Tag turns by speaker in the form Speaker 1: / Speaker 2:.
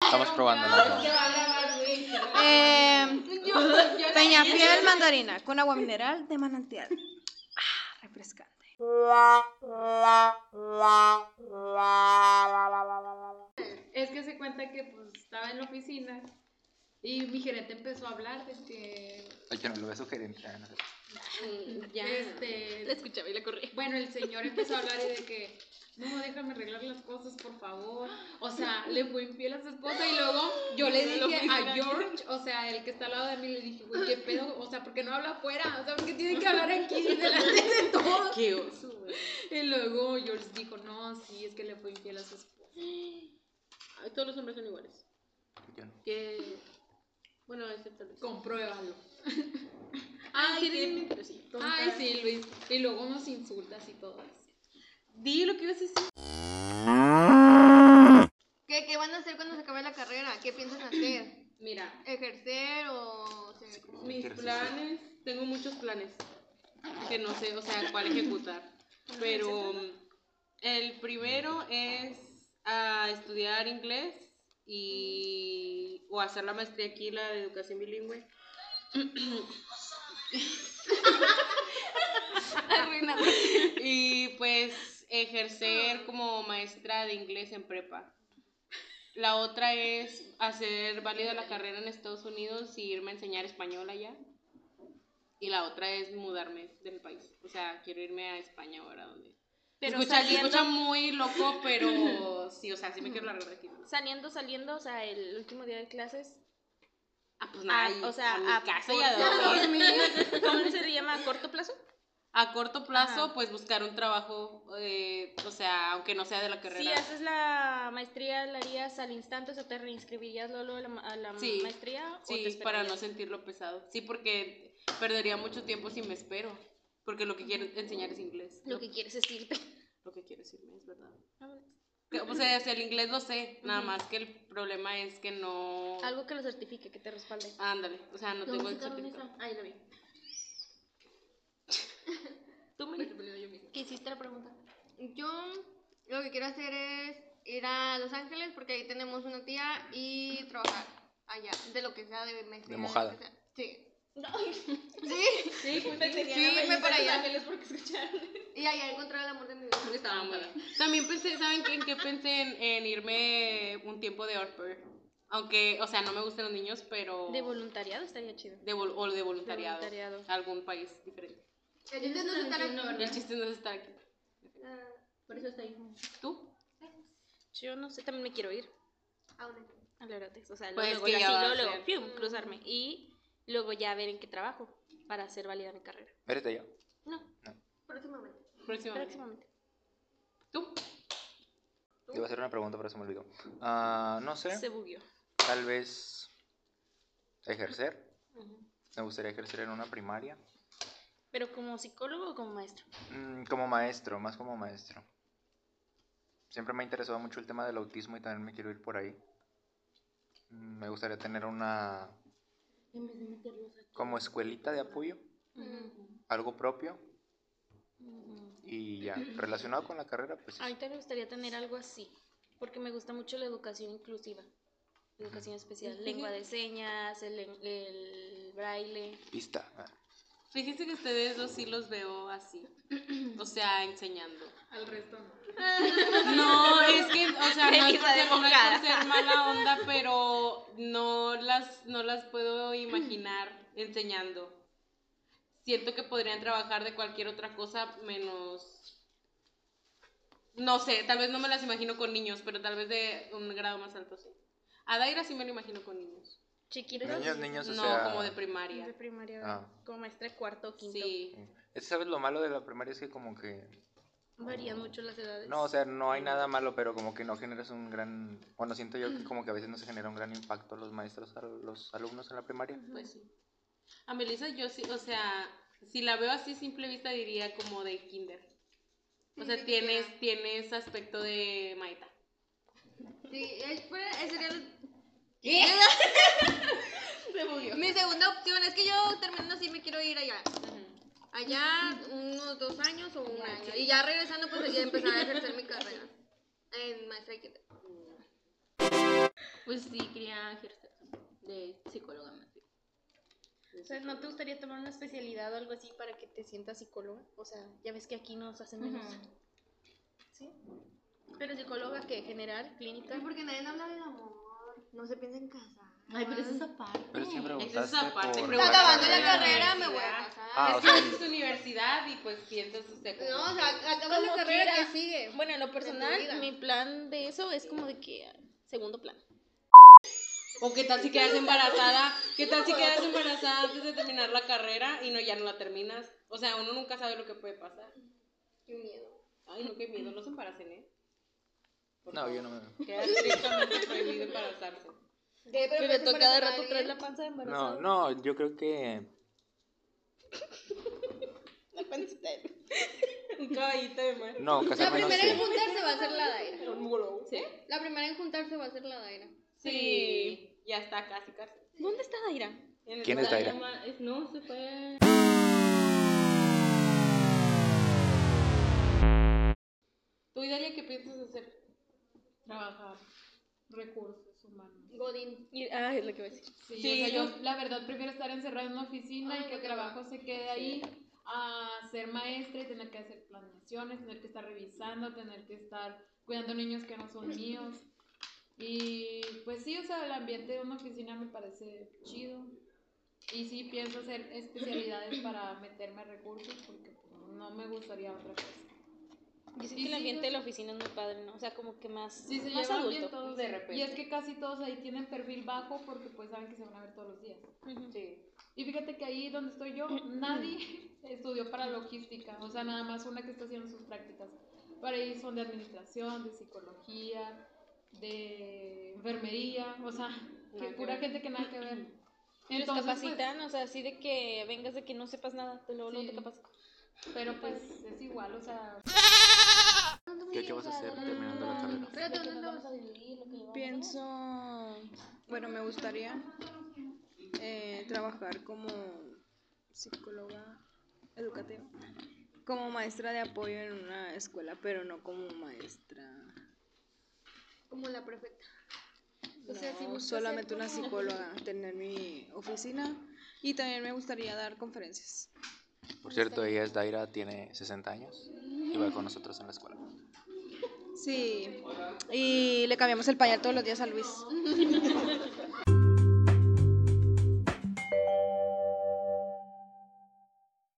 Speaker 1: Estamos probando nada.
Speaker 2: Eh, Peñafiel mandarina con agua mineral de manantial. Ah, refrescante.
Speaker 3: Es que se cuenta que pues estaba en la oficina y mi gerente empezó a hablar de que
Speaker 1: Ay, que no lo ve sugerente. ah, no sé.
Speaker 4: Ya. La
Speaker 3: este
Speaker 4: escuchaba y la corrí.
Speaker 3: bueno el señor empezó a hablar y de que no déjame arreglar las cosas por favor. O sea, le fue infiel a su esposa y luego yo le
Speaker 4: Lo
Speaker 3: dije a
Speaker 4: mismo.
Speaker 3: George, o sea, el que está al lado de mí le dije, güey, qué pedo, o sea, porque no habla afuera, o sea, porque tiene que hablar aquí delante de todos.
Speaker 4: Qué oso, güey.
Speaker 3: Y luego George dijo, no, sí, es que le fue infiel a su esposa.
Speaker 4: Ay, todos los hombres son iguales.
Speaker 1: Yo no.
Speaker 4: Que. Bueno, excepto Luis.
Speaker 3: Compruébalo.
Speaker 4: Ay,
Speaker 3: Ay,
Speaker 4: sí,
Speaker 3: qué-
Speaker 4: pero sí.
Speaker 3: Ay, sí, Luis. Y luego nos insultas y todo eso.
Speaker 4: Di lo que ibas a decir.
Speaker 5: ¿Qué, ¿Qué van a hacer cuando se acabe la carrera? ¿Qué piensan hacer?
Speaker 4: Mira,
Speaker 5: ¿Ejercer o...? se-
Speaker 4: mis
Speaker 1: Ejercicio.
Speaker 4: planes. Tengo muchos planes. Que no sé, o sea, cuál ejecutar. Pero. mm, El primero es a estudiar inglés y. o hacer la maestría aquí, la de educación bilingüe.
Speaker 5: Arruinado.
Speaker 4: Y pues ejercer como maestra de inglés en prepa. La otra es hacer válida la carrera en Estados Unidos y irme a enseñar español allá. Y la otra es mudarme del país. O sea, quiero irme a España ahora donde.
Speaker 6: Pero
Speaker 4: escucha, se
Speaker 6: saliendo-
Speaker 4: escucha muy loco, pero sí, o sea, sí me quiero largar de aquí.
Speaker 6: Saliendo, saliendo, o sea, el último día de clases.
Speaker 4: Ah, pues nada,
Speaker 6: Ah,
Speaker 4: o
Speaker 6: o sea,
Speaker 4: sea, a mi
Speaker 6: a
Speaker 4: casa y a
Speaker 6: corto-
Speaker 4: dormir.
Speaker 6: ¿Cómo se le llama? ¿A corto plazo?
Speaker 4: A corto plazo,
Speaker 6: Ajá.
Speaker 4: pues buscar un trabajo, eh, o sea, aunque no sea de la
Speaker 6: Si
Speaker 4: carrera.
Speaker 6: haces la maestría, ¿la harías al instante? O sea, ¿te reinscribirías luego a la, a la
Speaker 4: Sí.
Speaker 6: maestría? o te
Speaker 4: Sí, para no
Speaker 6: esperarías?
Speaker 4: sentirlo pesado. Sí, porque perdería mucho tiempo si me espero. Porque lo que quiero enseñar es inglés.
Speaker 6: Lo que quieres es irte.
Speaker 4: Lo que quiero decirme es verdad. Que, O sea, el inglés lo sé, nada más que el problema es que no...
Speaker 6: Algo que lo certifique, que te respalde.
Speaker 4: Ándale, o sea, no tengo el
Speaker 3: sacaron
Speaker 4: certificado.
Speaker 3: esa? Ay, la vi.
Speaker 6: Tú me
Speaker 5: ¿Qué hiciste la pregunta? Yo lo que quiero hacer es ir a Los Ángeles porque ahí tenemos una tía y trabajar allá, de lo que sea, de maestría.
Speaker 1: De mojada.
Speaker 5: lo que sea. Sí. Sí,
Speaker 4: Sí,
Speaker 5: sí, irme para allá.
Speaker 4: porque escucharon.
Speaker 5: Y allá encontrar el amor de mi vida.
Speaker 4: Estaba muy bien. Ah, También pensé, ¿saben qué? en qué pensé? En, en irme un tiempo de orper. Aunque, o sea, no me gustan los niños, pero...
Speaker 6: De voluntariado estaría chido.
Speaker 4: de vol- o de voluntariado.
Speaker 6: voluntariado.
Speaker 4: A algún país diferente.
Speaker 5: El chiste no es estar aquí.
Speaker 4: El chiste no es estar aquí. Ah,
Speaker 3: Por eso está ahí.
Speaker 4: ¿Tú?
Speaker 6: Yo no sé, también me quiero ir
Speaker 5: ¿A dónde? Mm.
Speaker 6: a la Erotex. O sea,
Speaker 4: Pues
Speaker 6: luego,
Speaker 4: que
Speaker 6: así,
Speaker 4: ya va a
Speaker 6: luego, luego,
Speaker 4: ser.
Speaker 6: fium, cruzarme. Y luego ya ver en qué trabajo para hacer válida mi carrera.
Speaker 1: Vérete yo.
Speaker 6: No,
Speaker 5: Próximamente.
Speaker 4: Próximamente.
Speaker 6: próximamente.
Speaker 4: ¿Tú?
Speaker 1: Te iba a hacer una pregunta, pero se me olvidó. Ah, no sé.
Speaker 6: Se bugueó.
Speaker 1: Tal vez ejercer. Me gustaría ejercer en una primaria.
Speaker 6: Pero como psicólogo o como maestro.
Speaker 1: Mm, como maestro, más como maestro. Siempre me ha interesado mucho el tema del autismo y también me quiero ir por ahí. Mm, Me gustaría tener una como escuelita de apoyo,
Speaker 5: Mm.
Speaker 1: algo propio y ya, relacionado con la carrera, pues
Speaker 6: A mí también Mm. me gustaría tener algo así, porque me gusta mucho la educación inclusiva, educación especial, lengua de señas, el, len- el braille.
Speaker 1: pista. Ah,
Speaker 4: Fíjense que ustedes dos sí los veo así. O sea, enseñando.
Speaker 3: Al resto no.
Speaker 4: No, es que, o sea, no es,
Speaker 6: Elisa
Speaker 4: por ser,
Speaker 6: de
Speaker 4: no es
Speaker 6: mojada.
Speaker 4: por ser mala onda, pero no las, no las puedo imaginar enseñando. Siento que podrían trabajar de cualquier otra cosa menos. No sé, tal vez no me las imagino con niños, pero tal vez de un grado más alto sí. A Daira sí me lo imagino con niños.
Speaker 6: Chiquitos.
Speaker 1: Niños, niños, o
Speaker 4: no,
Speaker 1: sea,
Speaker 4: como de
Speaker 6: De
Speaker 4: primaria.
Speaker 6: primaria,
Speaker 1: Ah.
Speaker 6: como maestra de cuarto o quinto.
Speaker 4: Sí.
Speaker 1: sí. Es que, eh, ¿Sabes lo malo de la primaria? Es que como que
Speaker 6: Varían mucho las edades.
Speaker 1: No, o sea, no hay nada malo, pero como que no generas un gran... Bueno, siento yo que como que a veces no se genera un gran impacto a los maestros, a los alumnos en la primaria.
Speaker 4: Pues sí. A Melissa yo sí, o sea, si la veo así a simple vista diría como de kinder. O
Speaker 5: Sí,
Speaker 4: sea,
Speaker 5: sí,
Speaker 4: tienes,
Speaker 5: quisiera.
Speaker 4: tienes aspecto de maeta.
Speaker 5: Sí, es, fuera- ese sería el-
Speaker 4: Se murió.
Speaker 5: mi segunda opción. Es que yo terminando así me quiero ir allá. Allá unos dos años o un año. Y ya regresando, pues ya empezar a ejercer mi carrera en maestra de kinder.
Speaker 6: Pues sí, quería ejercer de psicóloga más bien.
Speaker 7: O sea, ¿no te gustaría tomar una especialidad o algo así para que te sientas psicóloga? O sea, ya ves que aquí nos hacen menos. ¿Sí? Pero psicóloga que general, clínica.
Speaker 5: Ay, porque nadie habla del amor. No se piensa en casar.
Speaker 6: Ay, pero eso es aparte.
Speaker 1: Pero sí preguntaste
Speaker 4: esa parte,
Speaker 1: por
Speaker 4: pregunta-
Speaker 1: la
Speaker 5: Acabando la
Speaker 1: carrera.
Speaker 5: carrera me voy a casar.
Speaker 1: Ah, o
Speaker 4: es
Speaker 1: sea,
Speaker 4: que es universidad y pues piensas usted como...
Speaker 5: No, o sea, acabas la
Speaker 7: Como
Speaker 5: carrera
Speaker 7: quiera.
Speaker 5: que sigue.
Speaker 7: Bueno, en lo
Speaker 5: De tu vida.
Speaker 7: personal, mi plan de eso es como de que ah, segundo plan.
Speaker 4: O qué tal si quedas embarazada, qué tal si quedas embarazada antes de terminar la carrera y no ya no la terminas. O sea, uno nunca sabe lo que puede pasar.
Speaker 5: Qué miedo.
Speaker 4: Ay, no, qué miedo, no se embaracen, ¿eh? Por
Speaker 1: No,
Speaker 4: favor.
Speaker 1: yo no me.
Speaker 4: Queda estrictamente prohibido embarazarse.
Speaker 7: Que
Speaker 5: Pero
Speaker 7: le
Speaker 5: puedes
Speaker 7: toca cada
Speaker 5: embarazar a
Speaker 7: rato traer la
Speaker 5: alguien.
Speaker 7: panza de embarazada.
Speaker 1: No, no, yo creo que.
Speaker 7: La pancita de-
Speaker 4: Un caballito de mar.
Speaker 1: No,
Speaker 5: La
Speaker 1: casarme no
Speaker 5: primera en
Speaker 1: sé.
Speaker 5: juntarse va a ser la Daira.
Speaker 4: ¿Sí?
Speaker 5: La primera en juntarse va a ser la Daira.
Speaker 4: Sí. Ya está, casi, casi.
Speaker 7: ¿Dónde está Daira?
Speaker 4: En el-
Speaker 1: ¿Quién es Daira?
Speaker 6: No, se fue.
Speaker 4: Tú, Idalia, ¿qué piensas hacer? Trabajar. Recursos humanos.
Speaker 5: Godín.
Speaker 7: Y- Ah, es lo que voy a decir.
Speaker 3: Sí,
Speaker 4: Sí,
Speaker 3: o sea,
Speaker 4: yo-
Speaker 3: yo la verdad prefiero estar encerrada en una oficina y que el trabajo se quede ahí a ser maestra y tener que hacer planeaciones, tener que estar revisando, tener que estar cuidando niños que no son míos. Y pues sí, o sea, el ambiente de una oficina me parece chido. Y sí pienso hacer especialidades para meterme a recursos porque pues, no me gustaría otra cosa. Sí,
Speaker 6: Dicen que el
Speaker 3: sí,
Speaker 6: ambiente
Speaker 3: yo-
Speaker 6: de la oficina es muy padre, ¿no? O sea, como que más,
Speaker 3: Sí, se
Speaker 6: más
Speaker 3: llevan bien
Speaker 6: adulto.
Speaker 3: todos.
Speaker 4: de repente.
Speaker 3: Y es que casi todos ahí tienen perfil bajo porque pues saben que se van a ver todos los días.
Speaker 4: Sí.
Speaker 3: Y fíjate que ahí donde estoy yo, nadie estudió para logística, o sea, nada más una que está haciendo sus prácticas. Para ahí son de administración, de psicología, de enfermería, o sea, que
Speaker 4: que
Speaker 3: pura gente que nada que ver.
Speaker 6: Y los
Speaker 3: Entonces, pues,
Speaker 6: capacitan, o sea, así de que vengas de que no sepas nada, pero luego no
Speaker 3: Sí.
Speaker 6: te capacitan.
Speaker 3: pero pues es igual, o sea,
Speaker 1: ¿Qué, qué vas a hacer terminando la carrera?
Speaker 5: Pero tú no estabas-
Speaker 2: Pienso, bueno, me gustaría eh, trabajar como psicóloga educativa, como maestra de apoyo en una escuela, pero no como maestra,
Speaker 5: como la perfecta. O sea, si
Speaker 2: no,
Speaker 5: buscas
Speaker 2: solamente
Speaker 5: ser
Speaker 2: una
Speaker 5: como-
Speaker 2: psicóloga, tener mi oficina y también me gustaría dar conferencias.
Speaker 1: Por cierto, ella es Daira, tiene 60 años y va con nosotros en la escuela.
Speaker 2: Sí, y le cambiamos el pañal todos los días a Luis.